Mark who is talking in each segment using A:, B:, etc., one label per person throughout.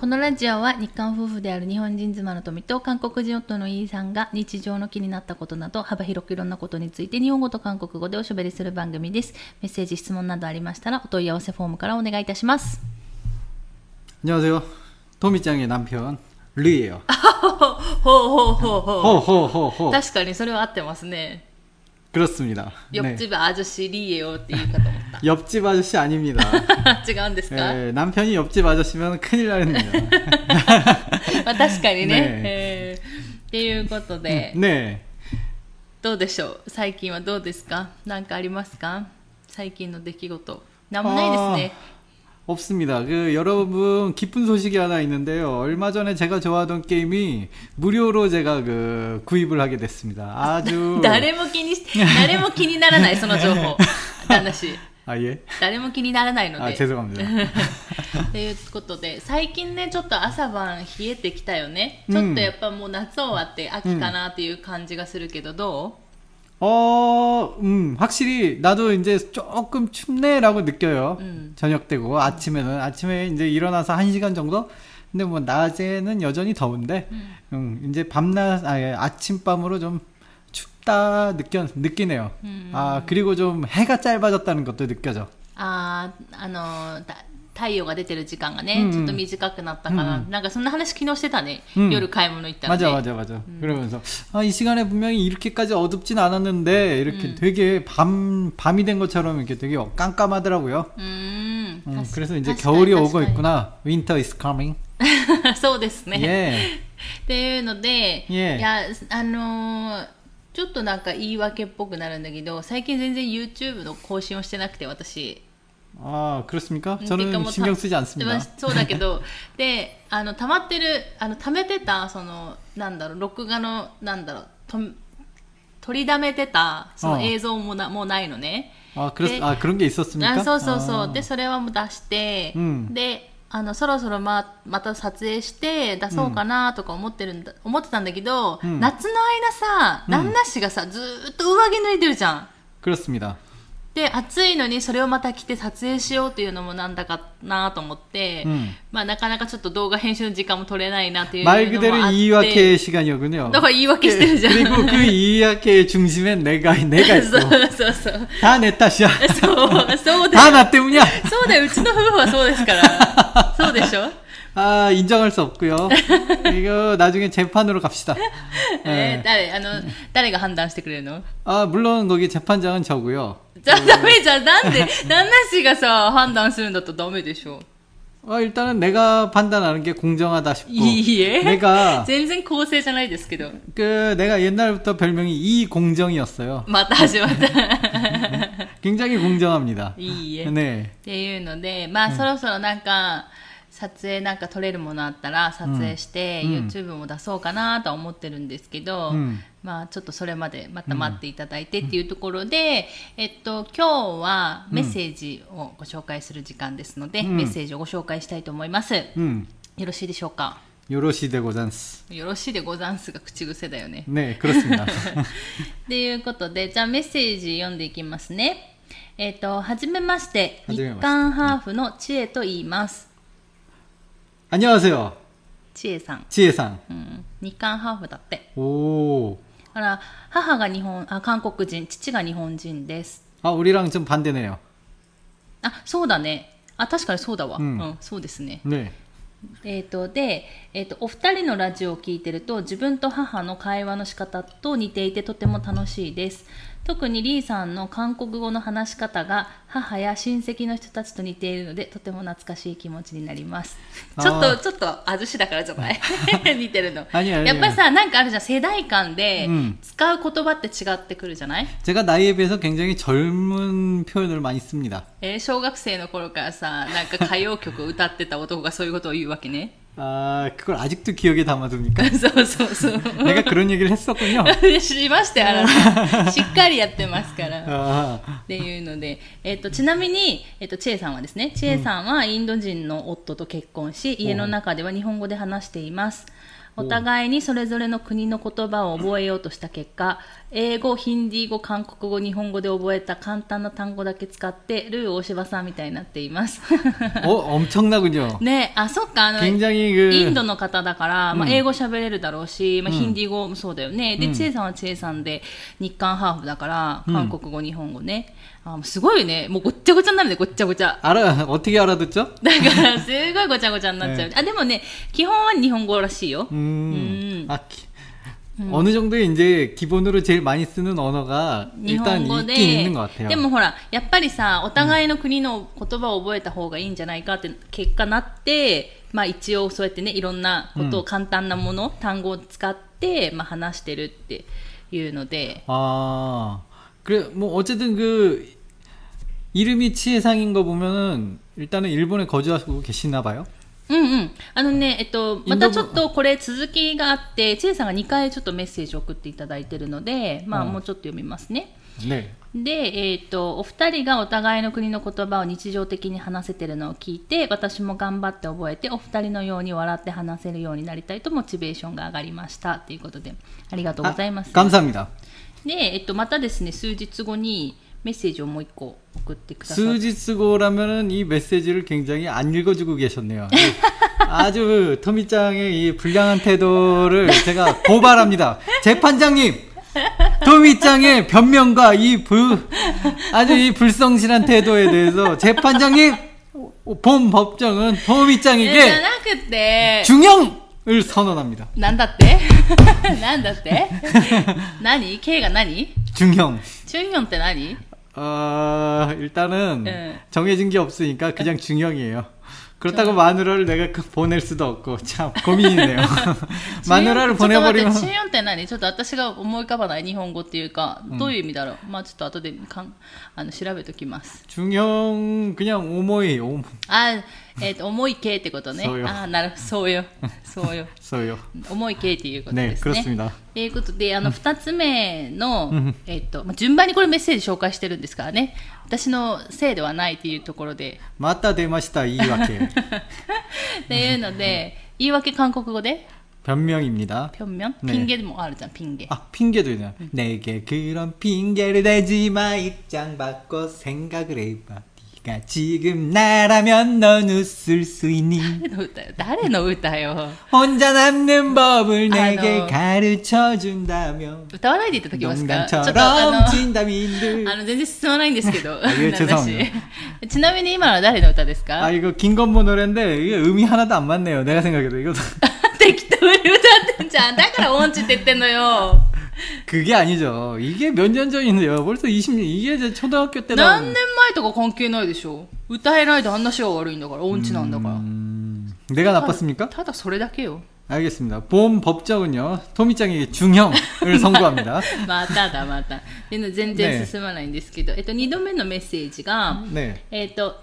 A: このラジオは日韓夫婦である日本人妻の富と韓国人夫のイーさんが日常の気になったことなど幅広くいろんなことについて日本語と韓国語でおしゃべりする番組です。メッセージ、質問などありましたらお問い合わせフォームからお願いいたします。
B: 안녕하세요. 토미짱의 남편 류예요.
A: ほうほうほうほう。
B: 호호호호.
A: 確かにそれは合ってますね。
B: 그렇습니다.
A: 옆
B: 네.
A: 집아저씨리에요って言うかと思っ
B: 옆집 아저씨 아닙니다.
A: た。違うんですか、
B: 예, 남편이 옆집 아저씨면 큰일 나는데요.
A: まあ確かにね。
B: ね
A: えーっていうことで、
B: 네.
A: どうでしょう最近はどうですか何かありますか最近の出来事。なんもないですね。
B: 없습니다. 그 여러분 기쁜 소식이 하나 있는데요. 얼마 전에 제가 좋아하던 게임이 무료로 제가 그 구입을 하게 됐습니다. 아주
A: 誰も気に し、誰も気にならない、その情報。ただし、
B: 아 예.
A: 誰も気にならないの
B: 아
A: で。と
B: 죄송합니다.
A: いうことで、最近ね、ちょっと朝晩冷えてきたよね。ちょっとやっぱもう夏終わって秋かなっていう感じがするけど、ど
B: 어, 음, 확실히 나도 이제 조금 춥네라고 느껴요.
A: 음.
B: 저녁 되고 아침에는 아침에 이제 일어나서 한 시간 정도. 근데 뭐 낮에는 여전히 더운데, 음, 이제 밤낮 아, 예, 아침밤으로 좀 춥다 느껴 느끼네요. 아 그리고 좀 해가 짧아졌다는 것도 느껴져.
A: あーあのーた太陽が出てる時間がね、
B: うんうん
A: ちょっと短くなったから、なんかそんな話昨日してたね、
B: うん
A: 夜買い物行ったら、ね、
B: 맞아 맞아 맞아. 그러면서 아 이 시간에 분명히 이렇게까지 어둡진 않았는데 이렇게 되게 밤 밤이 된 것처럼 이렇게 되게 깜깜하더라고요.
A: うーん
B: 음,
A: 確か
B: 그래서 이제
A: 確かに
B: 겨울이 오고
A: 確かに
B: 있구나. Winter is coming.
A: そうですね、
B: 예.
A: っていうので、
B: Yeah.
A: いやあのーちょっとなんか言い訳っぽくなるんだけど最近全然 YouTube の更新をしてなくて私
B: 아 그렇습니까?
A: てかも
B: 저는
A: うた
B: 신경 쓰지 않습니다.
A: まあそうだけ どであの溜まってるあの溜めてたそのなんだろう録画のなんだろうと取りだめてたそ
B: あ
A: の
B: あ
A: 映像もなもうないのね。
B: 아 그렇
A: 네.
B: 아 그런 게 있었습니까?
A: あそうそうそう、
B: 아,
A: でそれはもう出して、
B: うん
A: であのそろそろままた撮影して出そうかなとか思ってるんだ、思ってたんだけど、
B: うん
A: 夏の間さ旦那氏がさずーっと上着脱いでるじゃん
B: 그렇습니다.
A: で暑いのにそれをまた着て撮影しようというのもなんだかなと思って、
B: うん
A: まあ、なかなかちょっと動画編集の時間も取れないなっていうのもあって
B: 말 그대로
A: 네.
B: 이와케의 시간이었군요.
A: だから言い訳してるじゃん
B: 그리고 그 이와케의 중심엔 내가 내가
A: そ
B: 있어.
A: うそうそう
B: 다 내 탓이야.
A: そうそうだ
B: 다
A: よ
B: 나 때문이야.
A: そうだようちの夫婦はそうですからそうでしょ
B: 아 인정할 수 없고요. 이거 나중에 재판으로 갑시다.
A: えー
B: 예.
A: 誰あの誰が判断してくれるの
B: 아 물론 거기 재판장은 저고요.
A: じゃあダメじゃんなんで 旦那氏がさ判断するんだったらダメでしょ
B: 어 일단은 내가 판단하는 게 공정하다 싶고
A: 이- 예?
B: 내가
A: 全然公正じゃないですけど
B: 그 내가 옛날부터 별명이 이공정이었어요.
A: また始まった
B: 굉장히 공정합니다.
A: いいえっ
B: 네.
A: ていうのでまあ、そろそろなんか撮影なんか撮れるものあったら撮影して、
B: うんうん
A: YouTube も出そうかなとは思ってるんですけど、
B: 음.
A: まあちょっとそれまでまた待っていただいてっていうところで、えっと今日はメッセージをご紹介する時間ですので、
B: うん
A: メッセージをご紹介したいと思います。
B: 음.
A: よろしいでしょうか。
B: 요로시대고잔스.
A: よろしいでござんすが口癖だよね。
B: 네, 그렇습니다.
A: ということで、じゃあメッセージ読んでいきますね。えっ、と、はじめまして、
B: はじめまして
A: 日韓ハーフの知恵と言います。
B: 안녕하세요.
A: 知恵さん。
B: 지혜상.
A: うん、日韓ハーフだって。
B: 오.
A: あら、母が日本、あ、韓国人、父が日本人です。
B: 아, 우리랑 좀 반대네요.
A: あ、そうだね。あ、確かにそうだわ。う、
B: うんん
A: そうですね。
B: 네.
A: えー、とで、えー、とお二人のラジオを聞いてると自分と母の会話の仕方と似ていてとても楽しいです特にリーさんの韓国語の話し方が母や親戚の人たちと似ているのでとても懐かしい気持ちになります
B: あー
A: ちょっとちょっとあずしだからじゃない 似てるの
B: あいやいやい
A: や
B: や
A: っぱりさなんかあるじゃん世代間で
B: うん
A: 使う言葉って違ってくるじゃない、
B: 제가 나이에 비해서 굉장히 젊은 표현을 많이 씁니다.
A: えー小学生の頃からさなんか歌謡曲を歌ってた男がそういうことを言うわけ ね
B: 아, 그걸 아직도 기억에 담아둡니까?
A: そうそうそう
B: 내가 그런 얘기를 했었군요.
A: しましたよ、あなた。しっかりやってますから。っ
B: 아,
A: ていうので、えっと、ちなみに、えっと、チェさんはですね、チェさんはインド人の夫と結婚し、家の中では日本語で話しています。お互いにそれぞれの国の言葉を覚えようとした結果、英語、ヒンディー語、韓国語、日本語で覚えた簡単な単語だけ使って、ルー大柴さんみたいになっています。
B: 어, 엄청나군요.
A: ねあ、そっか、あの、
B: 굉장히 그
A: インドの方だから、まあ、
B: うん
A: 英語喋れるだろうし、まあ、ヒンディー語もそうだよね。で、チェイさんはチェイさんで、日韓ハーフだから、韓国語、日本語ね。あもうすごいね。もうごっちゃごちゃになるね、ごっちゃごちゃ。
B: 알아 어떻게 알아듣죠?
A: だ から、すごいごちゃごちゃになっちゃう。あ、でもね、基本は日本語らしいよ。
B: 음.
A: 음.
B: 아, 기- 어느 정도 이제 기본으로 제일 많이 쓰는 언어가
A: 日本
B: 일단
A: 語で
B: 있긴 있는 것 、 같아요.
A: でもほら、やっぱりさ、お互いの国の言葉を覚えた方がいいんじゃないかって結果なって、まあ一応そうやってね、いろんなことを簡単なもの、単語を使って、まあ話してるっていうので、
B: 아, 그래 뭐 어쨌든 그 이름이 치해상인 거 보면은 일단은 일본에 거주하고 계시나 봐요.
A: うんうん。あのね、えっと、
B: イ
A: ま
B: ンド
A: た
B: 語
A: ちょっとこれ続きがあって、ちえさんが2回ちょっとメッセージを送っていただいてるので、まあ
B: うん
A: もうちょっと読みますね。
B: 네.
A: で、えっとお二人がお互いの国の言葉を日常的に話せてるのを聞いて私も頑張って覚えてお二人のように笑って話せるようになりたいとモチベーションが上がりましたということでありがとうございます。
B: 아, 감사합니다.
A: で、えっとまたですね数日後にメッセージをもう一個送ってくださって
B: 스지스고라면은 이 메시지를 굉장히 안 읽어주고 계셨네요. 이 아주 토미짱의 이 불량한 태도를 제가 고발합니다. 재판장님! 토미짱의 변명과 이 불, 아주 이 불성실한 태도에 대해서 재판장님! 본 법정은
A: えじゃ
B: 토미짱에게
A: なくて
B: 중형을 선언합니다.
A: なんだって なんだって 何 ?K が何
B: 중형.
A: チュンヨンって何
B: 어, 일단은
A: 네.
B: 정해진 게 없으니까 그냥 네. 중형이에요. 그렇다고 마누라를 내가 그 보낼 수도 없고 참 고민이네요. 마누라를
A: ちょっと待って
B: 보내버리면
A: チュンヨンって何ちょっと私が思い浮かばない日本語っていうか、どういう意味だろうまあちょっと後でかんあの調べときます。
B: 중형 그냥 오모이 오모
A: あ、えっ、と、重い系ってことね。
B: そうよ
A: あ、なるそうよ。そうよ。
B: 써요.
A: 重い系っていうこと
B: 네
A: ですね。
B: 그렇습니다.
A: ということで、あの、二つ目の、
B: ん
A: えっ、と、まあ、順番にこれメッセージ紹介してるんですからね。私のせいではないっていうところで。
B: 맞다 대마시다 이와케
A: っていうので、言い訳韓国語で、
B: 변명입니다.
A: ぴょんみょん
B: ね
A: ピンゲでもあるじゃん、ピンゲ。
B: 아 핑계도 있네요. 내게 그런 핑계를 대지 마 입장 바꿔 생각을 해봐. 네가 지금 나라면 넌 웃을 수 있니?
A: 誰の歌よ誰の歌よ。
B: 혼자 남는 법을 내게
A: 아노.
B: 가르쳐 준다며
A: 歌わないでいただけますかちょっとあ
B: 농담처럼
A: の
B: 진다민들
A: あの全然進まないんですけど
B: いえ
A: 私
B: 죄송합니
A: ちなみに今のは誰の歌ですか、
B: 아 이거 김건모 노래인데 이게 음이 하나도 안 맞네요 내가 생각해도 이거
A: 適当に歌ってんじゃんだから音痴って言ってんの よ
B: 그게 아니죠 이게 몇 년 전인데요 벌써 20년 이게 이제 초등학교 때
A: 何
B: 나온
A: 年前とか関係ないでしょ歌えないであんな手が悪いんだから音痴なんだから
B: 음, 내가
A: た
B: 나빴습니까?
A: ただそれだけ よ
B: 알겠습니다 본 법정은요 토미짱에게 중형을 선고합니다
A: まただまたで全然進まないんですけど、えっと2度目のメッセージが、
B: 네
A: えっ、と、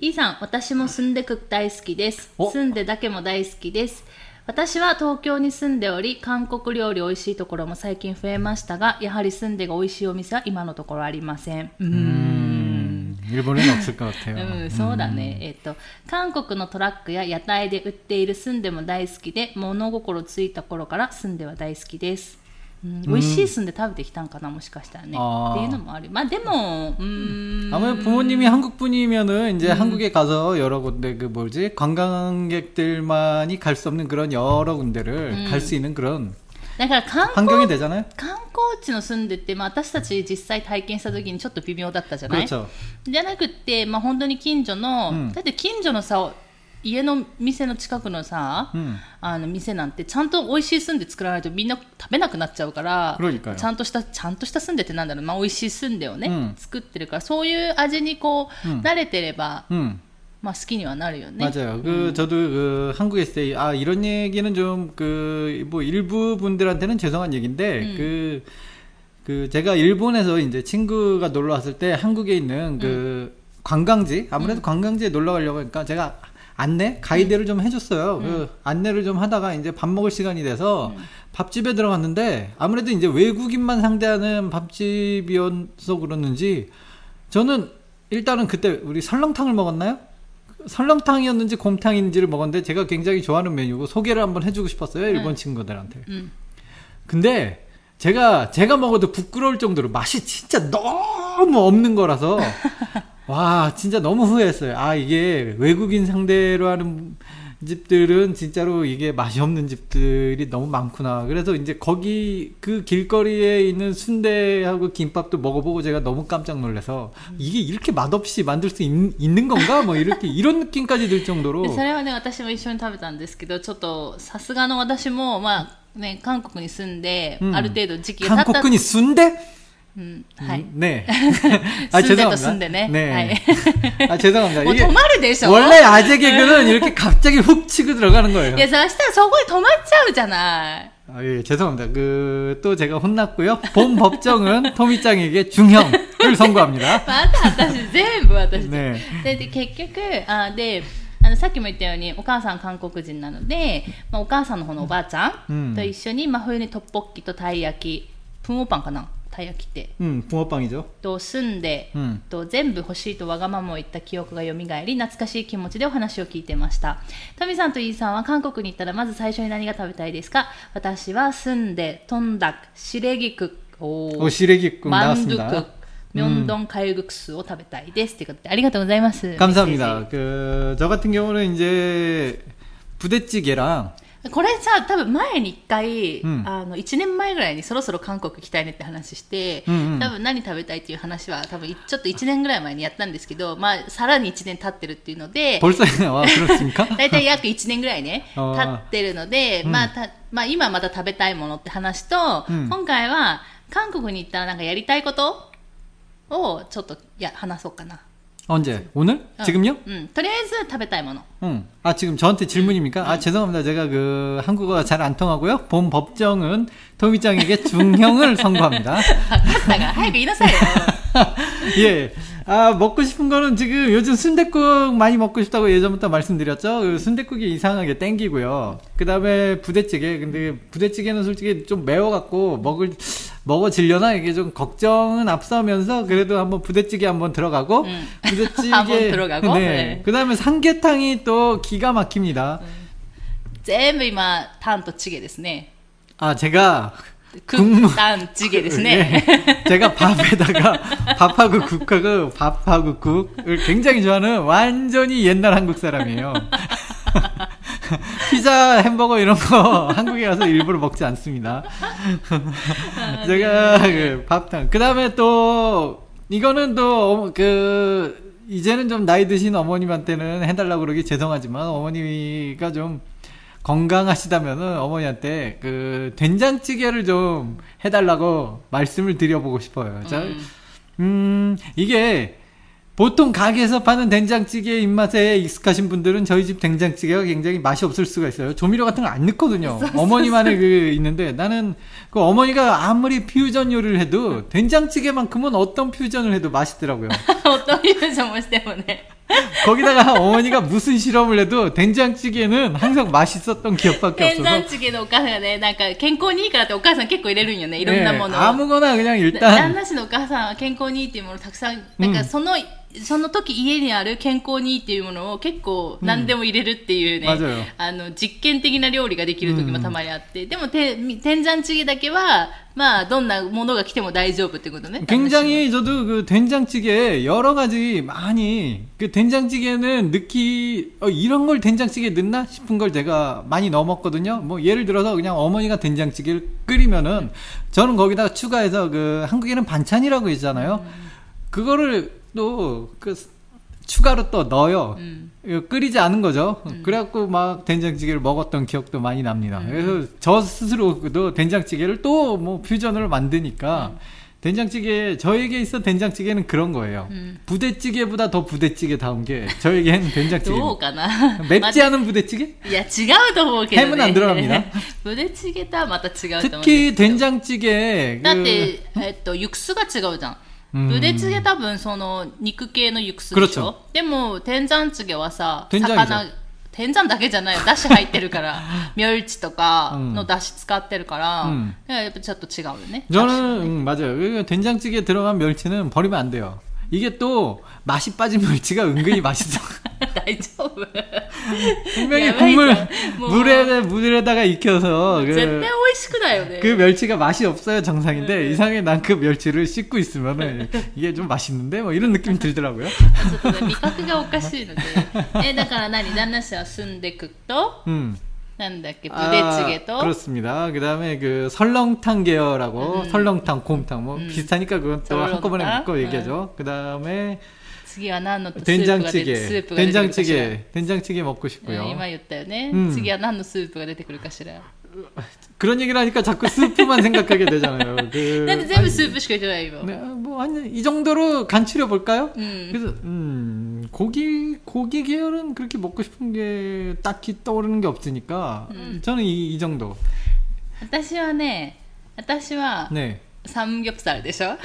A: イーさん、私も住んでく大好きです。
B: お
A: 住んでだけも大好きです。私は東京に住んでおり、韓国料理美味しいところも最近増えましたが、やはり住んでが美味しいお店は今のところありません。うーん。
B: 음, 일본에는 없을 것
A: う
B: 같아요
A: ん、そうだね、えっと韓国のトラックや屋台で売っているスンデも大好きで物心ついた頃からスンデは大好きです、うん、美味しいスンデ食べてきたんかなもしかしたらね
B: あー
A: っていうのもあるまあでもうーん
B: 아무래도 부모님이 한국 분이면은 이제 한국에 가서 여러 군데 그 뭐지 관광객들만이 갈 수 없는 그런 여러 군데를 갈 수 있는 그런
A: だから韓国
B: 환경이 되잖아요.
A: 観光地の住んでって、まあ、私たち実際体験した時にちょっと微妙だったじゃない
B: 그렇죠.
A: じゃなくって、まあ、本当に近所の、
B: うん
A: だって近所のさ家の店の近くのさ、
B: 음.
A: あの店なんてちゃんと美味しい住んで作らないとみんな食べなくなっちゃうから
B: 그러니까요
A: ちゃんとしたちゃんとした住んでってなんだろう、まあ、美味しい住んでをね、
B: うん
A: 作ってるからそういう味にこう、慣れてれば、
B: 음.
A: まあ、好きにはなるよね。
B: 맞아요. 그 저도 그 한국에 있을 때 아 이런 얘기는 좀 그 뭐 일부 분들한테는 죄송한 얘기인데 그. 그 제가 일본에서 이제 친구가 놀러 왔을 때 한국에 있는 그 관광지 아무래도 관광지에 놀러 가려고 하니까 제가 안내 가이드를 좀 해줬어요. 그 안내를 좀 하다가 이제 밥 먹을 시간이 돼서 밥집에 들어갔는데 아무래도 이제 외국인만 상대하는 밥집이어서 그러는지 저는 일단은 그때 우리 설렁탕을 먹었나요? 설렁탕이었는지 곰탕인지를 먹었는데 제가 굉장히 좋아하는 메뉴고 소개를 한번 해주고 싶었어요
A: 네.
B: 일본 친구들한테.
A: 음.
B: 근데 제가 제가 먹어도 부끄러울 정도로 맛이 진짜 너무 없는 거라서 와 진짜 너무 후회했어요. 아 이게 외국인 상대로 하는 집들은 진짜로 이게 맛이 없는 집들이 너무 많구나. 그래서 이제 거기 그 길거리에 있는 순대하고 김밥도 먹어보고 제가 너무 깜짝 놀라서 이게 이렇게 맛없이 만들 수 있, 는 건가? 뭐 이렇게 이런 느낌까지 들 정도로
A: でそれはね私も一緒に食べたんですけどちょっとさすがの私もまあね韓国に住んで、
B: うん
A: ある程度時期が経った
B: 한국군이 순대?
A: うんはい、
B: 음, 네.
A: 순대도 순대네. 예. 뭐
B: 네. 아, 죄송합니다.
A: もう
B: 이게
A: 止まるでしょ
B: 원래 아재 개그는 이렇게 갑자기 훅 치고 들어가는 거예요.
A: いやそしたらそこで止まっちゃうじゃない
B: 아, 예, 죄송합니다. 그, 또 제가 혼났고요. 본 법정은 토미짱에게 중형을 선고합니다.
A: また私全部私
B: 네.
A: でで結局あであのさっきも言ったようにお母さん韓国人なので、まあ、お母さんの方のおばあちゃ
B: うんん
A: と一緒に真冬にトッポッキとたい焼きプンオパンかなたい焼きって
B: 음, 붕어빵이죠.
A: と住んで、
B: 음.
A: と全部欲しいとわがままを言った記憶が蘇り懐かしい気持ちでお話を聞いてましたトミさんとイーさんは韓国に行ったらまず最初に何が食べたいですか私は住んでトンダクシレギクおー
B: 오, 시래기국
A: マンドゥク
B: 나왔습니다.
A: 明洞海グクスを食べたいですってことでありがとうございます。 네,
B: 감사합니다. 그, 저 같은 경우는 이제, 부대찌개랑,
A: これさ、多分前に一回、
B: うん
A: あの、一年前ぐらいにそろそろ韓国行きたいねって話して、
B: うんうん
A: 多分何食べたいっていう話は、多分いちょっと一年ぐらい前にやったんですけど、まあ、さらに一年経ってるっていうので、
B: 벌써, 와, 그렇습니까?
A: 大体約1年ぐらいね、
B: あ
A: 経
B: ー
A: ってるので、
B: うん
A: まあたまあ、今また食べたいものって話と、
B: うん
A: 今回は韓国に行ったらなんかやりたいことをちょっとや話そうかな。
B: 언제? 오늘?
A: うん
B: 지금요?
A: うん。とりあえず食べたいもの。
B: 응. 아, 지금 저한테 질문입니까? 아, 죄송합니다. 제가 그, 한국어가 잘 안 통하고요. 본 법정은 토미짱에게 중형을 선고합니다.
A: あ勝ったが、早く言いなさいよ。
B: 예. 아, 먹고 싶은 거는 지금 요즘 순댓국 많이 먹고 싶다고 예전부터 말씀드렸죠? 그 순댓국이 이상하게 땡기고요. 그 다음에 부대찌개. 근데 부대찌개는 솔직히 좀 매워갖고 먹을, 먹어지려나? 이게 좀 걱정은 앞서면서 그래도 한번 부대찌개 한번 들어가고.
A: 음.
B: 부대찌개.
A: 한번 들어가고,
B: 네.
A: 네.
B: 그 다음에 삼계탕이 또 기가 막힙니다.
A: 全部今、タンとチゲですね。
B: 아 제가
A: ク
B: うん
A: ッタンチゲですね。
B: 예, 제가 밥에다가 밥하고 국하고 밥하고 국을 굉장히 좋아하는 완전히 옛날 한국 사람이에요. 피자, 햄버거 이런 거 한국에 가서 일부러 먹지 않습니다. 제가 그 밥탕. 그 다음에 또 이거는 또 그 이제는 좀 나이 드신 어머님한테는 해달라고 그러기 죄송하지만 어머니가 좀 건강하시다면은 어머니한테 그 된장찌개를 좀 해달라고 말씀을 드려보고 싶어요. 자,
A: 음.
B: 음 이게 보통 가게에서 파는 된장찌개 입맛에 익숙하신 분들은 저희 집 된장찌개가 굉장히 맛이 없을 수가 있어요. 조미료 같은 거 안 넣거든요. 어머니만의 그 있는데 나는 그 어머니가 아무리 퓨전 요리를 해도 된장찌개만큼은 어떤 퓨전을 해도 맛있더라고요.
A: 夫の友情もしてもね。
B: 거기다가 어머니가 무슨 실험을 해도 된장찌개는 항상 맛있었던 기억밖에
A: 天
B: 없어서
A: 山チゲのお母さんがね、なんか健康にいいからってお母さん結構入れるんよね。いろんなものを。
B: 예, 아무거나
A: だ
B: 그냥
A: 旦
B: 일단
A: 那氏のお母さんは健康にいいっていうものをたくさん、なんかその、その時家にある健康にいいっていうものを結構何でも入れるっていうね、
B: うん맞아요
A: あの実験的な料理ができる時もたまにあって、でもて天山チゲだけは、まあどんなものが来ても大丈夫ってことね。
B: 굉장히 저도 그 된장찌개 여러 가지 많이 그 된장찌개는 느끼 어, 이런 걸 된장찌개에 넣나 싶은 걸 제가 많이 넣어 먹거든요. 뭐 예를 들어서 그냥 어머니가 된장찌개를 끓이면은 저는 거기다가 추가해서 그 한국에는 반찬이라고 있잖아요. 그거를 또 그 추가로 또 넣어요.
A: うん。
B: 이거 끓이지 않은 거죠. 그래갖고 막 된장찌개를 먹었던 기억도 많이 납니다. 그래서 저 스스로도 된장찌개를 또 뭐 퓨전을 만드니까 된장찌개 저에게 있어 된장찌개는 그런 거예요.
A: 음.
B: 부대찌개보다 더 부대찌개다운 게 저에겐 된장찌개.
A: どうかな
B: 맵지 않은 부대찌개?
A: いや、違うと思う けどね。
B: ヘムなんドラマ見 な
A: ブレチゲとはまた違うと思うんで
B: 특히 된장찌개
A: す。だっ
B: 그
A: て、えっと、ユクスが違うじゃん。
B: 음.
A: ブレチゲ多分その肉系のユクスでし
B: 그렇
A: ょでも、天山チゲはさ、
B: 天山
A: 魚、天山だけじゃないよ。だし入ってる から、ミョウチとかのだし使ってるから、
B: うん
A: だからやっぱちょっと違うよね。
B: 저는 음, 맞아요. 그 된장찌개에 들어간 멸치는 버리면 안 돼요. 이게 또 맛이 빠진 멸치가 은근히 맛있어.
A: 大丈夫
B: 분명히
A: やばい
B: 국물
A: じゃんもう
B: 물에 물에다가 익혀서 그,
A: 絶対美味しくないよね
B: 그 멸치가 맛이 없어요 정상인데
A: 응, 응.
B: 이상하게 난 그 멸치를 씻고 있으면은
A: 네.
B: 이게 좀 맛있는데 뭐 이런 느낌이 들더라고요.
A: ちょっとね味覚がおかしいの でえだから何旦那氏はスンデクと
B: 음.
A: なんだっけブデチゲ
B: 아,
A: と
B: 그렇습니다. 그다음에 그 설렁탕 계열하고
A: 음.
B: 설렁탕, 곰탕 뭐
A: 음.
B: 비슷하니까 그건 또
A: 설렁탕? 네.
B: 한꺼번에 먹고 얘기하죠. 그다음에
A: 次は何のスープが出
B: 된장찌개,
A: てスープが出てくるかしら、
B: 된장찌개, 된장찌개 먹고
A: う
B: 싶고요.
A: ん今言ったよね、
B: うん
A: 次は何のスープが出てくるかしら、
B: 그런 얘기를 하니까 자꾸 스프만 생각하게 되잖아요. 그
A: なんで全部スープしか言ってないよ、
B: 네, 뭐한이 정도로 간추려 볼까요?
A: うん、
B: 그래서 음, 고기 고기 계열은 그렇게 먹고 싶은 게 딱히 떠오르는 게 없으니까
A: 음.
B: 저는 이, 이 정도.
A: 私はね私は
B: 네.
A: サムギョプサルでしょ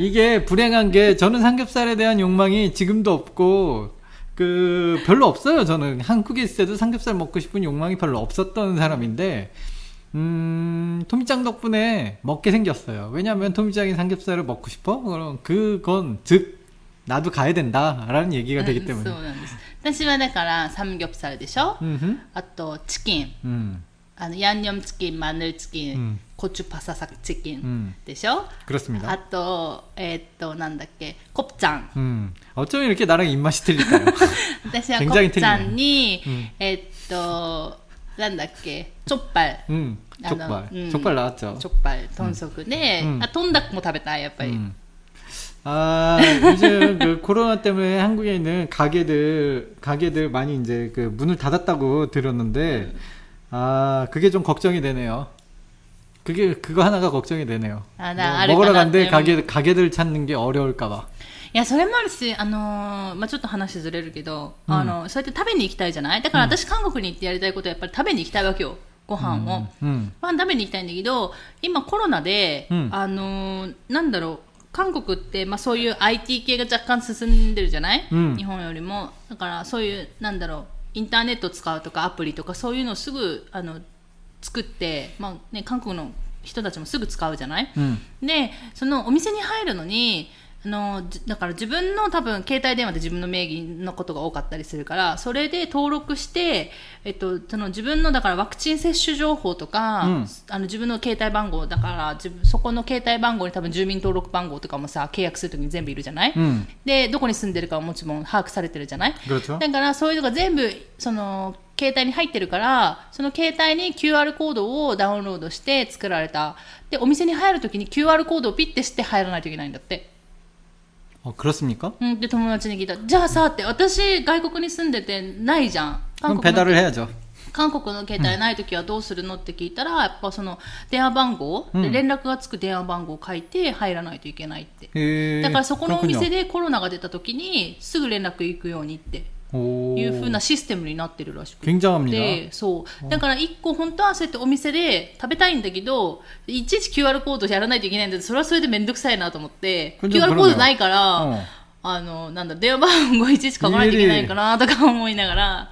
B: 이게 불행한 게 저는 삼겹살에 대한 욕망이 지금도 없고 그 별로 없어요. 저는 한국에 있을 때도 삼겹살 먹고 싶은 욕망이 별로 없었던 사람인데 음, 토미짱 덕분에 먹게 생겼어요. 왜냐하면 토미짱이 삼겹살을 먹고 싶어? 그럼 그건 즉 나도 가야 된다라는 얘기가
A: う
B: 되기
A: んそう
B: 때문에.
A: なんです私はだからサムギョプサルでしょ、
B: 음흠.
A: あとチキン
B: 음,
A: あのヤンニョムチキンマヌルチキン、
B: うん
A: コチュパササチキン
B: 음,
A: でしょ、
B: 그렇습니다.
A: あとえーっとなんだっけコプチャン
B: 음, 어쩌면 이렇게 나랑 입맛이 틀릴까요?
A: 私はコ
B: 굉장히
A: プチャンに、
B: うん
A: えっとなんだっけチョッパル
B: 음,
A: 아,
B: 족발.
A: 음.
B: 족발 나왔죠.
A: チョッパル豚足で、
B: うん
A: あトンダックも食べたいやっぱり、
B: 음. 아, 요즘 그 코로나 때문에 한국에 있는 가게들, 가게들 많이 이제 그 문을 닫았다고
A: 음.
B: 들었는데, 아, 그게 좀 걱정이 되네요. 그게, 그거 하나가 걱정이 되네요.
A: 아, 나
B: 뭐
A: 알을
B: 먹으러 갔는데
A: 받았네.
B: 가게, 가게들 찾는 게 어려울까봐.
A: いやそれもあるし、あのーまあ、ちょっと話ずれるけど、
B: うん
A: あのそうやって食べに行きたいじゃないだから私韓国に行ってやりたいことはやっぱり食べに行きたいわけよご飯を、
B: 음.
A: ご飯食べに行きたいんだけど今コロナで、
B: うん
A: あのーなんだろう韓国って、まあ、そういう IT 系が若干進んでるじゃない、
B: うん
A: 日本よりもだからそういうなんだろうインターネット使うとかアプリとかそういうのをすぐあの作って、まあね、韓国の人たちもすぐ使うじゃない、
B: 음.
A: でそのお店に入るのにあのじだから自分の多分携帯電話で自分の名義のことが多かったりするからそれで登録して、えっと、その自分のだからワクチン接種情報とか、
B: うん
A: あの自分の携帯番号だから自分そこの携帯番号に多分住民登録番号とかもさ契約するときに全部いるじゃない、
B: 음.
A: でどこに住んでるかはもちろん把握されてるじゃない、
B: 그렇죠.
A: だからそういうのが全部その携帯に入ってるからその携帯に QR コードをダウンロードして作られたでお店に入るときに QR コードをピッてして入らないといけないんだって、
B: 어, 그렇습니까?
A: うん、で友達に聞いたじゃあさって私外国に住んでてないじゃん韓
B: 그럼
A: 国の
B: 배달을 해야죠.
A: 韓国の携帯ない時はどうするのって聞いたらやっぱその電話番号、
B: うん
A: で連絡がつく電話番号を書いて入らないといけないって、
B: 예,
A: だからそこのお
B: 그렇군요.
A: 店でコロナが出た時にすぐ連絡行くようにってい
B: 오,
A: う風なシステムになってるらしくて
B: 굉장합니다.
A: でそうだから1個本当はそうやってお店で食べたいんだけどいちいち QR コードやらないといけないんだけどそれはそれで面倒くさいなと思って
B: これでも
A: QR コードないから、
B: 어.
A: あのなんだ電話番号いちいち書かないといけないかなとか思いながら、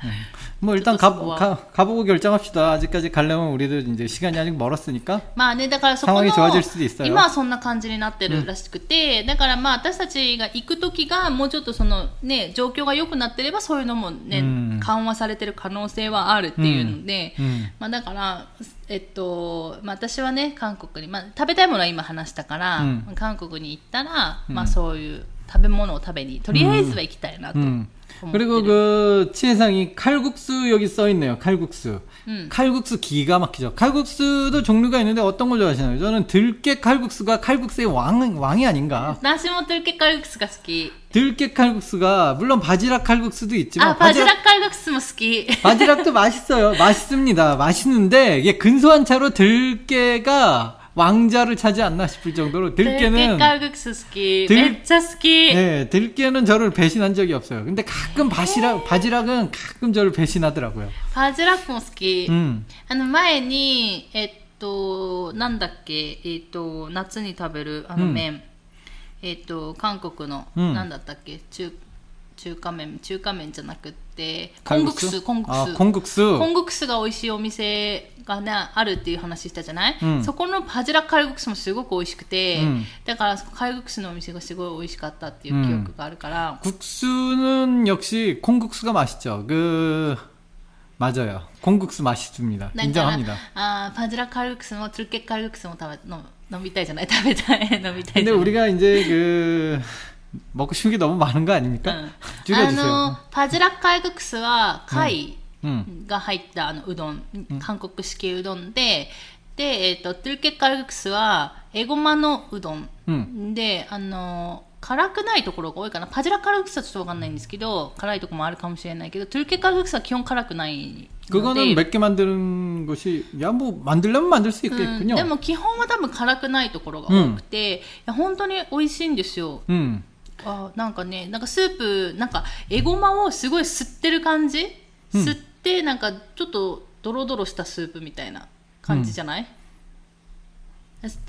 B: 뭐 일단 가,
A: 스코어.
B: 가, 가보고 결정합시다. 아직까지 가려면 우리도 이제 시간이 아직 멀었으니까.
A: まあねだからそこの
B: 상황이좋아질수도있어요
A: 今はそんな感じになってるらしくて、だからまあ私たちが行く時がもうちょっとそのね状況が良くなってればそういうのもね、
B: うん
A: 緩和されてる可能性はあるっていうので。
B: 음.
A: まあ、だから、えっとまあ、私はね韓国に、まあ、食べたいものは今話したから、
B: うん
A: 韓国に行ったら、まあ、そういう食べ物を食べにとりあえずは行きたいなと思
B: 음.
A: ってる、
B: 그리고 그 치해상이 칼국수 여기 써 있네요. 칼국수.
A: 음.
B: 칼국수 기가 막히죠. 칼국수도 종류가 있는데 어떤 걸 좋아하시나요? 저는 들깨 칼국수가 칼국수의 왕 왕이 아닌가.
A: 私もトルケカルクスが好き
B: 들깨 칼국수가 물론 아, 바지락 칼국수도
A: あ
B: 있지만
A: バジラカルクスも好き
B: 바지락도 맛있어요. 맛있습니다. 맛있는데 이게 근소한 차로 들깨가 왕자를 차지 않나 싶을 정도로
A: トルケ
B: 들깨는
A: カルクス好き
B: 들
A: めっちゃ好き、
B: 네, 들깨는 저를 배신한 적이 없어요. 근데 가끔 바지락, 바지락은 가끔 저를 배신하더라고요.
A: バジラックも好き、
B: 음.
A: あの前にえっとなんだっけえっと夏に食べるあの麺、えっと韓国の、
B: うん
A: なんだったっけ中中華麺中華麺じゃなくって昆
B: 칼국수
A: 国ス昆国
B: あ
A: ス
B: 콩국수
A: 昆国スが美味しいお店がねあるっていう話したじゃない、
B: うん
A: そこのバジラカルグスもすごく美味しくて、
B: うん
A: だからカルグスのお店がすごい美味しかったっていう記憶があるから、
B: 국수는 역시 콩국수가 맛있죠. 그 맞아요. 콩국수 맛있습니다.
A: だから
B: 인정합니다.
A: あーバジラカルグスもトゥルケカルグスも食べの飲みたいじゃない 食べたい飲みたいじゃな
B: 근데
A: い
B: 우리가 이제 그 먹고 싶은 게 너무 많은 거
A: う
B: 어. 아닙니까?
A: ん
B: 줄여주세요.
A: あのバジラカルグスは貝
B: 음.
A: が入ったあのうどん、韓国式うどんでで、えっとトゥルケカルグスはエゴマのうどん
B: 음.
A: であの辛くないところが多いかなパジラカルクスはちょっとわかんないんですけど辛いところもあるかもしれないけどトゥルケカルクスは基本辛くないので
B: 그거는 몇 개 만드는 것이 야 뭐 만들려면 만들 수
A: うん
B: 있겠군요.
A: でも基本は多分辛くないところが多くて、いや本当に美味しいんですよ
B: 음.
A: あなんかねなんかスープなんかエゴマをすごい吸ってる感じ、
B: うん
A: 吸ってなんかちょっとドロドロしたスープみたいな感じじゃない、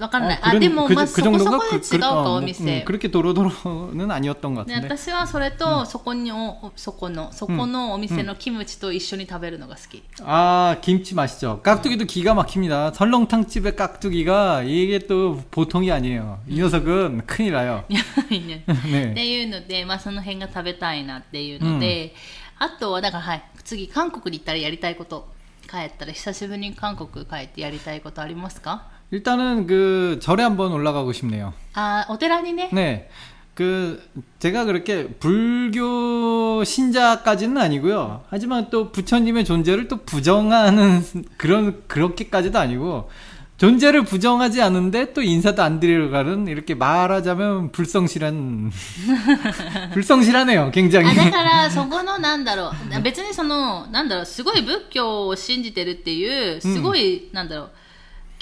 A: わかんない。
B: 어,
A: あ、
B: 그런-
A: でも、
B: 그
A: まあ、
B: 그
A: そこそ
B: 정도가 네,
A: こで
B: 그-
A: 違う
B: 그-
A: か、
B: 어,
A: お
B: 뭐,
A: 店。
B: 음, 그렇게 도로도로는 아니었던 것
A: で
B: 같은데.
A: 私はそれと、そこにおそこのそこのお店のキムチと一緒に食べるのが好き、
B: 아 김치 맛있죠. 깍두기도 기가 막힙니다. 설렁탕 집의 깍두기가 이게 또 보통이 아니에요. 이 녀석은 큰일 나요.
A: やばいねっ
B: 네.
A: ていうので、まあ、その辺が食べたいなっていうので、あとはだからはい次韓国に行ったらやりたいこと帰ったら久しぶりに韓国帰ってやりたいことありますか
B: 일단은 그 절에 한번 올라가고 싶네요.
A: あーお寺にね、
B: 네. 그 제가 그렇게 불교 신자까지는 아니고요. 하지만 또 부처님의 존재를 또 부정하는 그런 그렇게까지도 아니고 존재를 부정하지 않은데 또 인사도 안 드리러 가는 이렇게 말하자면 불성실한 아, 불성실하네요.
A: あ
B: 굉장히.
A: だからそこのなんだろう 別にそのなんだろうすごい仏教を信じてるっていうすごい、なんだろう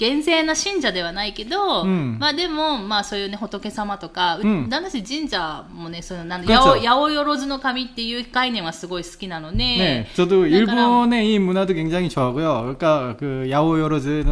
A: 厳正な信者ではないけど、
B: うん
A: まあでもまあそういうね仏様とか、う
B: うん
A: だんだし神社もねそのなんだ
B: 그렇
A: 八
B: 죠
A: 百八百万の神っていう概念はすごい好きなので、
B: 네, 저도
A: 그러니까-
B: 일본의 이 문화도 굉장히 좋아하고요. 그러니까 그 야오요로즈의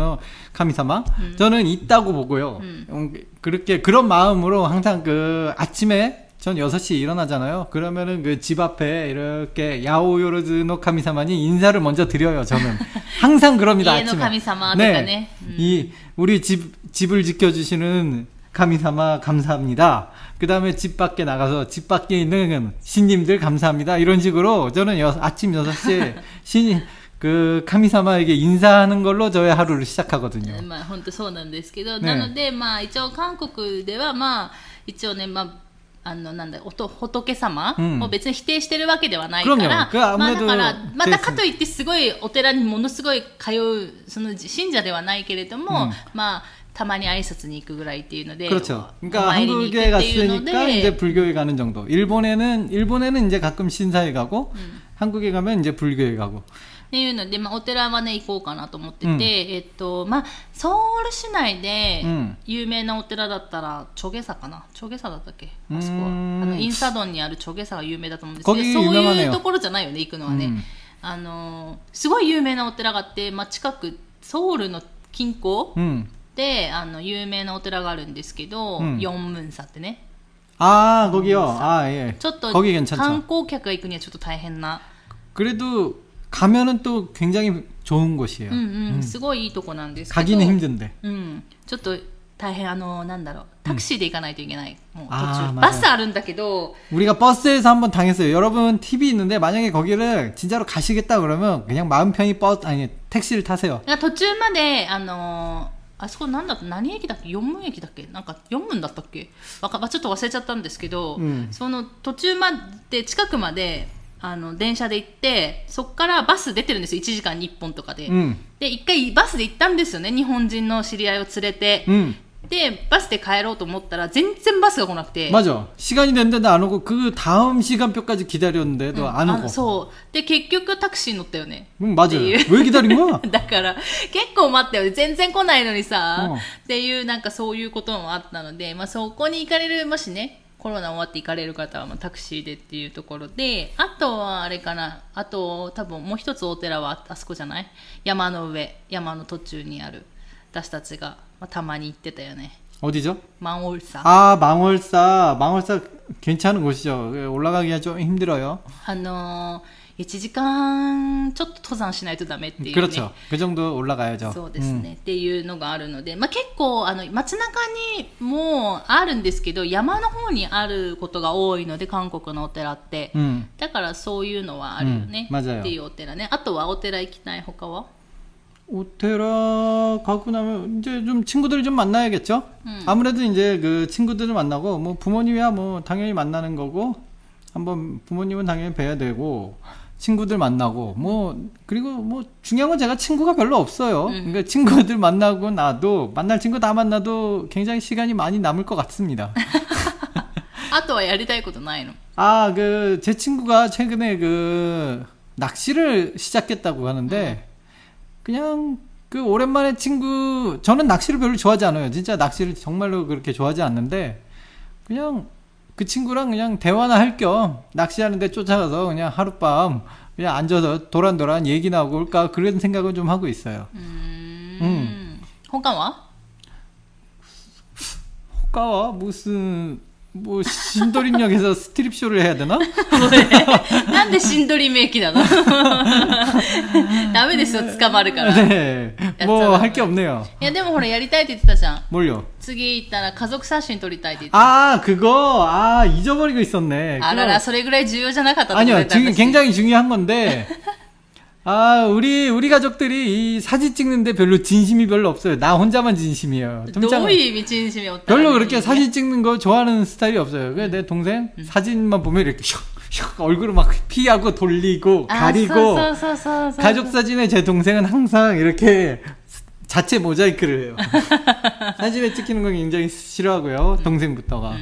B: 카미사마
A: 음.
B: 저는 있다고 보고요. 음, 그렇게 그런 마음으로 항상 그 아침에 전 6시 에 일어나잖아요. 그러면은 그 집 앞에 이렇게 야오요로즈노 카미사마니 인사를 먼저 드려요, 저는. 항상 그럽니다,
A: 이에노
B: 아침에.
A: 예, 카미사마
B: 네.
A: 그러니까 네.
B: 이 우리 집 집을 지켜 주시는 카미사마 감사합니다. 그다음에 집 밖에 나가서 집 밖에 있는 신님들 감사합니다. 이런 식으로 저는 여, 아침 6시에 신그 카미사마에게 인사하는 걸로 저의 하루를 시작하거든요.
A: まあ本当そうなんですけど、
B: ね
A: なのでまあ一応韓国ではまあ一応ねまああのなんだおと仏様
B: うん
A: を別に否定してるわけではないから、
B: 그럼요
A: まあ
B: 그아무래도
A: だからま
B: 제
A: たかといってすごいお寺にものすごい通うその信者ではないけれども、
B: うん
A: まあたまに挨拶に行くぐらいっていうので、
B: 그렇죠.
A: お
B: 그러니까
A: 参りに行くっ
B: 한국에
A: ていうの
B: 갔으니까
A: で
B: 이제 불교에 가는 정도. 일본에는 일본에는 이제 가끔 신사에 가고 한국에 가면 이제 불교에 가고.
A: っていうので、まあ、お寺はね行こうかなと思ってて、
B: うん
A: えっとまあソウル市内で
B: うん
A: 有名なお寺だったらチョゲサかなチョゲサだったっけ
B: うーん
A: あそこはあのインサドンにあるチョゲサが有名だと思うんですけ
B: 거기
A: どそういう
B: 유명하네요.
A: ところじゃないよね行くのはね、
B: うん
A: あのーすごい有名なお寺があって、まあ、近くソウルの近郊
B: 음.
A: であの有名なお寺があるんですけど、
B: う
A: 四
B: ん
A: ヨンムンサってね
B: 아 거기요. 아 예.
A: ちょっと
B: 거기 괜찮죠.
A: 観光客が行くにはちょっと大変な
B: 그래도 가면은 또 굉장히 좋은 곳이에요. 음.
A: うんうん、すごいいいとこなんですけど
B: 가기는 힘든데.
A: うん、ちょっと大変あのなんだろうタクシーで行かないといけない、もう途
B: あ
A: 中
B: ーまあ
A: バスあるんだけど
B: 우리가 버스에서 한번 당했어요. 여러분 팁이 있는데 만약에 거기를 진짜로 가시겠다 그러면 그냥 마음 편히 버스 아니 택시를 타세요.
A: なんか途中まであのーあそこなんだっ何駅だっけ四分駅だっけなんか四分だったっけわかちょっと忘れちゃったんですけど、
B: うん
A: その途中まで近くまであの電車で行ってそこからバス出てるんですよ1時間に1本とかで、
B: 음.
A: で一回バスで行ったんですよね日本人の知り合いを連れて、
B: 음.
A: でバスで帰ろうと思ったら全然バスが来なくて
B: 맞아. 시간이 됐는데 안 오고 그 다음 시간표까지
A: 음.
B: 기다렸는데도 안 오고.
A: あそうで結局タクシー乗ったよね
B: 음,
A: 아,
B: 맞아요.
A: 네.
B: 왜 기다린 거야?
A: だから結構待ったよね全然来ないのにさ、
B: うん
A: っていうなんかそういうこともあったので、まあ、そこに行かれるもしねコロナ終わって行かれる方はまあタクシーでっていうところであとはあれかなあと多分もう一つお寺はあそこじゃない山の上山の途中にある私たちが、まあ、たまに行ってたよね
B: 어디죠?
A: 망월사. 아,
B: 아 망월사 망월사 괜찮은 곳이죠. 올라가기가 좀 힘들어요.
A: のー、1時間ちょっと登山しないとダメっていう、ね。
B: 그렇죠.
A: 네.
B: 그 정도 올라가야죠. 음.
A: そうですね、っていうのがあるので、まあ、結構あの街中にもあるんですけど山の方にあることが多いので韓国のお寺って、
B: 음. 음.
A: だからそういうのはあるよね、
B: うん맞아요
A: っていうお寺ねあとはお寺行きたい他は
B: 오테라 가고 나면 이제 좀 친구들을 좀 만나야겠죠.
A: 음.
B: 아무래도 이제 그 친구들을 만나고 뭐 부모님이야 뭐 당연히 만나는 거고 한번 부모님은 당연히 뵈야 되고 친구들 만나고 뭐 그리고 뭐 중요한 건 제가 친구가 별로 없어요.
A: 음.
B: 그러니까 친구들 만나고 나도 만날 친구 다 만나도 굉장히 시간이 많이 남을 것 같습니다.
A: あとはやりたいことないの
B: 아, 그, 제 친구가 최근에 그, 낚시를 시작했다고 하는데, 그냥, 그, 오랜만에 친구, 저는 낚시를 별로 좋아하지 않아요. 진짜 낚시를 정말로 그렇게 좋아하지 않는데, 그냥, 그 친구랑 그냥 대화나 할 겸 낚시하는데 쫓아가서 그냥 하룻밤 그냥 앉아서 도란도란 얘기나 하고 올까 그런 생각은 좀 하고 있어요.
A: うーん
B: うん
A: 他は
B: 호가와 무슨 뭐 신도림역에서 스트립 쇼를 해야 되나?
A: なんでしんどり名義なのダメですよ捕まる からい
B: 네, 뭐 할 게 없네요.
A: やでもほらやりたいって言ってたじゃん
B: 뭘요?
A: 次行ったら家族写真撮りたいって言ってた
B: 아 그거 아 잊어버리고 있었네.
A: あらら、
B: 그거-
A: それぐらい重要じゃなかったと思
B: 아니요
A: ってた
B: 지금
A: 私
B: 굉장히 중요한 건데 아 우리 우리 가족들이 이 사진 찍는데 별로 진심이 별로 없어요. 나 혼자만 진심이에요.
A: ど
B: 동창은
A: ういう意味진심이없다
B: 별로 그렇게 사진 찍는 거 좋아하는 스타일이 없어요. 그래 내 동생
A: 음.
B: 사진만 보면 이렇게 슉, 슉 얼굴을 막 피하고 돌리고 가리고
A: 아, 서, 서, 서, 서,
B: 가족 사진에 제 동생은 항상 이렇게 자체 모자이크를 해요. 사진에 찍히는 건 굉장히 싫어하고요. 동생부터가.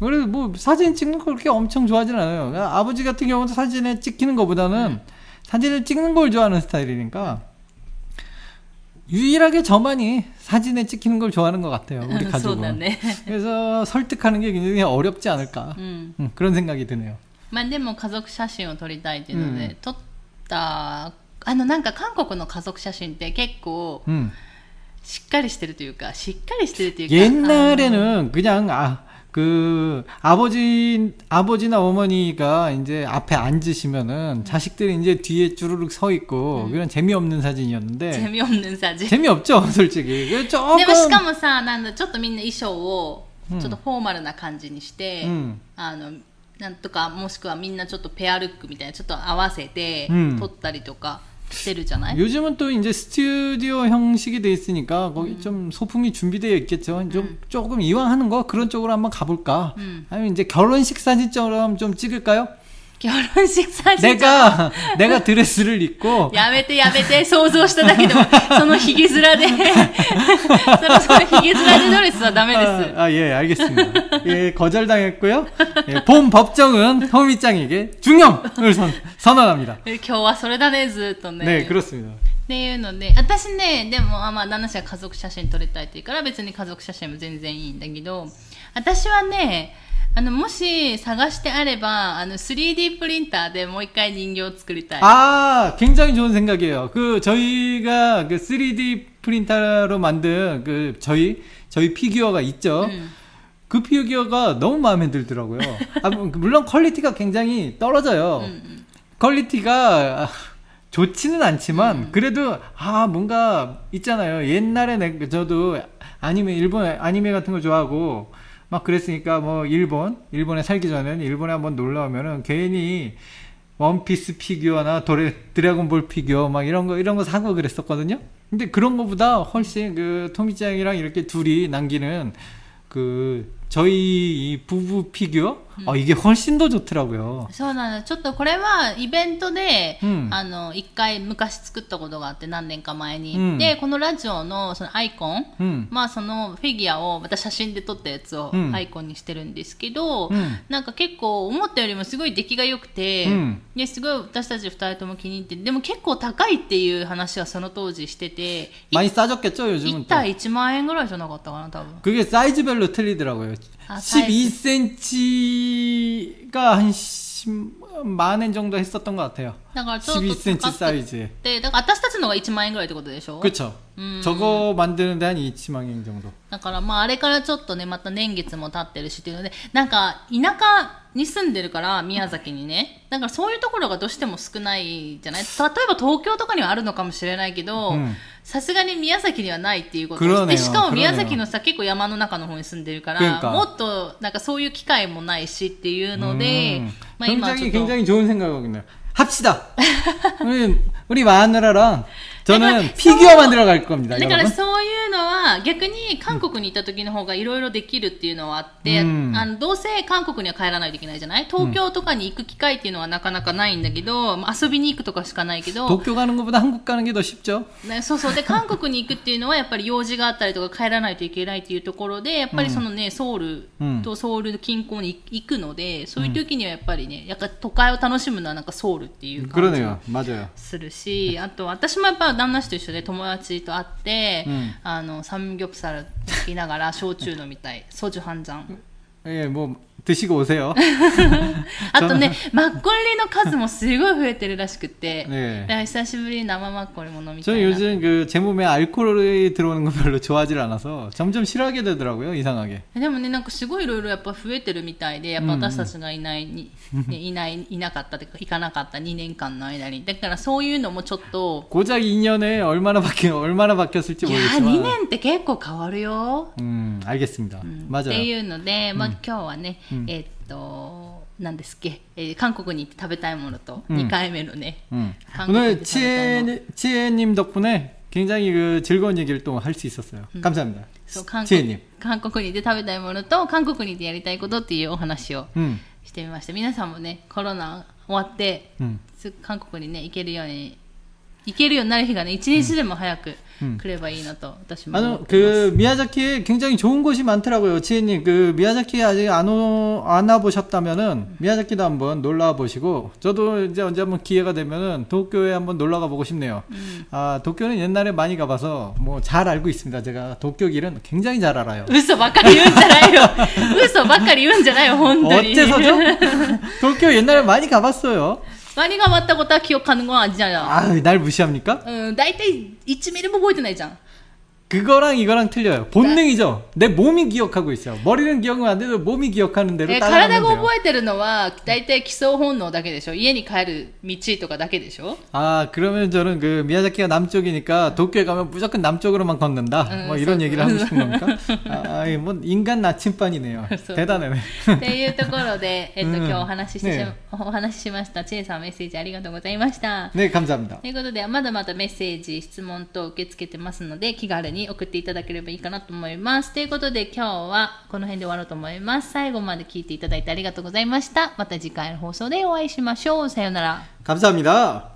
B: 그래서 뭐 사진 찍는 걸 그렇게 엄청 좋아하진 않아요. 그러니까 아버지 같은 경우도 사진에 찍히는 것보다는 사진을 찍는 걸 좋아하는 스타일이니까 유일하게 저만이 사진에 찍히는 걸 좋아하는 것 같아요. 우리
A: そうだ
B: 가족은.
A: ね。
B: 그래서 설득하는 게 굉장히 어렵지 않을까.
A: うん。
B: 음, 그런 생각이 드네요.
A: まあでも家族写真を撮りたいっていうので、
B: うん
A: 撮った、あのなんか韓国の家族写真って結構
B: 음.
A: しっかりしてるというか、しっかりしてるというか。
B: 옛날에는 그냥 아, 그 아버지 아버지나 어머니가 이제 앞에
A: 음.
B: 앉으시면은 자식들이 이제 뒤에 쭈르륵 서 있고 그런 재미없는
A: あの
B: 사진이었는데
A: 음. 재미없는 사진。
B: 재미없죠 솔직히 그
A: でもし
B: 조금
A: かもさ、なんだ、ちょっとみんな衣装を、ち
B: う
A: ょ
B: ん
A: っとフォーマルな感じにして、
B: 음,
A: あの、なんとか、もしくはみんなちょっとペアルックみたいな、ちょっと合わせて
B: う、ん
A: 撮ったりとかしてるじゃない、
B: 요즘은 또 이제 스튜디오 형식이 돼 있으니까 거기
A: 음.
B: 좀 소품이 준비되어 있겠죠 좀 조금 이왕 하는 거 그런 쪽으로 한번 가볼까
A: 음.
B: 아니면 이제 결혼식 사진처럼 좀 찍을까요?
A: 결혼식사 아, 진
B: 내가 내가 드레스를 입고
A: やめてやめて、想像しただけでも、そのひげ面で、そのそのひげ面でドレスはダメです。
B: 아, 아, 예, 알겠습니다. 예, 거절당했고요. 예, 본 법정은 허미짱에게 중형을 선, 선언합니다.
A: え今日はそれだね、ずっとね。
B: 네, 그렇습니다.
A: っていうので、私ね、でも、あまあ、旦那氏は家族写真撮りたいって言うから、別に家族写真も全然いいんだけど、私はね、あの、もし探してあれば、あの、3D プリンターでもう一回人形を作りたい。
B: 아, 굉장히 좋은 생각이에요. 그 저희가 그 3D 프린터로 만든 그 저희 저희 피규어가 있죠.
A: 음.
B: 그 피규어가 너무 마음에 들더라고요. 아, 물론 퀄리티가 굉장히 떨어져요. 퀄리티가 아, 좋지는 않지만 그래도 아 뭔가 있잖아요. 옛날에 내- 저도 아니메 일본 아니메 같은 거 좋아하고 막 그랬으니까 뭐 일본 일본에 살기 전에는 일본에 한번 놀러 오면은 괜히 원피스 피규어나 도레, 드래곤볼 피규어 막 이런 거 이런 거 사고 그랬었거든요. 근데 그런 거보다 훨씬 그 토미짱이랑 이렇게 둘이 남기는 그 저희 이 부부 피규어 아 이게 훨씬 더 좋더라고요.
A: そうなの。ちょっとこれはイベントで、
B: うん
A: あの、一回昔作ったことがあって何年か前に。で、このラジオのそのアイコン、
B: 음.
A: まあそのフィギュアをまた写真で撮ったやつを
B: うん
A: アイコンにしてるんですけど、
B: うん
A: なんか結構思ったよりもすごい出来が良くて、
B: うん
A: ねすごい私たち二人とも気に入って、でも結構高いっていう話はその当時してて、い
B: 많이 싸졌겠죠 요즘은
A: 1
B: 또
A: 体1万円ぐらいじゃなかったかな、多分。
B: 그게 아, 사이즈별로 틀리더라고요.
A: 아,
B: 12cm가 한 10만엔 정도 했었던 것 같아요.
A: だからちょっと
B: 12cm
A: 高く
B: 사이즈.
A: てだから私たちのが1万円ぐらいってことでしょ
B: 그쵸.
A: うん
B: 저거 만드는데 한 1만 엔 정도.
A: だからまああれからちょっとねまた年月も経ってるしっていうのでなんか田舎に住んでるから宮崎にねだからそういうところがどうしても少ないじゃない例えば東京とかにはあるのかもしれないけど
B: うん
A: さすがに宮崎にはないっていうこ
B: 그러
A: と
B: 네요
A: でしか
B: 그러
A: も
B: 네요
A: 宮崎のさ結構山の中の方に住んでるから
B: 그러니까
A: もっとなんかそういう機会もないしっていうので、
B: 음,
A: まあ今はちょ
B: 굉장히
A: っと
B: 굉장히 좋은 생각이네요. 합시다. 우리 우리 마누라랑 저는
A: 내가
B: 피규어
A: 소-
B: 만들어 갈 겁니다.
A: だから
B: 여러분.
A: そういうのは逆に韓国に行った時の方がいろいろできるっていうのはあって、
B: うん
A: あのどうせ韓国には帰らないといけないじゃない東京とかに行く機会っていうのはなかなかないんだけど、まあ遊びに行くとかしかないけど
B: 도쿄 가는 것보다 한국 가는 게 더 쉽죠.
A: ね、そうそうで韓国に行くっていうのはやっぱり用事があったりとか帰らないといけないっていうところでやっぱりそのね、ソウルとソウル近郊に行くので、そういう時にはやっぱりねやっぱ都会を楽しむのはなんかソウルっていう感じが
B: 그러네요. 맞아요.
A: するし、あと私もやっぱ旦那氏と一緒で友達と会って、
B: うん
A: あのサムギョプサル聞きながら焼酎飲みたい、ソジュ半잔。
B: 예, 뭐 드시고 오세요.
A: あとね、マッコリの数もすごい増えてるらしく て、だ
B: 네.
A: から久しぶりに生マッコリも飲みた
B: 저는
A: いな。
B: 요즘 그 제 몸에 알코올이 들어오는 거 별로 좋아하지 않아서 점점 싫어하게 되더라고요. 이상하게.
A: でもね、なんかすごいいろいろやっぱ増えてるみたいで、やっぱ私たちがいない、にねいない、いなかったというか、行かなかった2年間の間に。だからそういうのもちょっと、
B: 고작 2년에 얼마나 바뀌 얼마나 바뀌었을지
A: いやー、2
B: 모르겠지만.
A: 年って結構変わるよ。
B: 음, 알겠습니다.
A: ってい
B: 맞아요.
A: うので、まあ、今日はね、えーっと何ですっけ、えー韓国に行って食べたいものと、
B: うん
A: 2回目のね、
B: 음.
A: 한국에서
B: 오늘 지혜 지혜님 덕분에 굉장히 그 즐거운 얘기를 또 할 수 있었어요. 감사합니다.
A: そう韓国
B: 지혜님.
A: 韓国に行って食べたいものと韓国に行ってやりたいことっていうお話を
B: 음,
A: してみました皆さんもねコロナ終わって
B: 음.
A: す韓国にね行けるように行けるようになる日がね一日でも早く
B: うん
A: 来ればいいなと、私も思
B: 아니
A: ってます。
B: 그 미야자키에 굉장히 좋은 곳이 많더라고요, 지혜님. 그 미야자키 아직 안오안 와보셨다면은 미야자키도 한번 놀러 와보시고 저도 이제 언제 한번 기회가 되면은 도쿄에 한번 놀러 가보고 싶네요. 아 도쿄는 옛날에 많이 가봐서 뭐 잘 알고 있습니다. 제가 도쿄 길은 굉장히 잘 알아요.
A: 嘘ばっかり言うんじゃないよ嘘ばっかり言うんじゃないよ 本当に
B: 어째서죠? 도쿄 옛날에 많이 가봤어요.
A: 何が終わったことは記憶가는건아니잖아
B: 아 날 무시합니까?
A: うん、大体1ミリも覚えてないじゃん。
B: 그거랑 이거랑 틀려요. 본능이죠. 내 몸이 기억하고 있어요. 머리는 기억은 안 돼도 몸이 기억하는
A: え
B: 대로
A: ー
B: 따라가면
A: 体が
B: 돼요.
A: 覚えてるのは、大体基礎本能だけでしょ家に帰る道とかだけでし ょ
B: 아 그러면 저는 그 미야자키가 남쪽이니까 도쿄에 가면 무조건 남쪽으로만 걷는다.
A: 음,
B: 뭐 이런
A: 저-
B: 얘기를 하고 싶은 겁니까? 아, 이뭐 인간 나침반이네요.
A: 그래서-
B: 대단하네.
A: っていうところで、えっと、
B: うん
A: 今日お話ししてし、
B: ね
A: お話ししました。チェイさんメッセージありがとうございました。
B: 네 감사합니다.
A: ということで、まだまだメッセージ、質問等受け付けてますので、気軽に送っていただければいいかなと思います。ということで、今日はこの辺で終わろうと思います。最後まで聞いていただいてありがとうございました。また次回の放送でお会いしましょう。さようなら。
B: 감사합니다.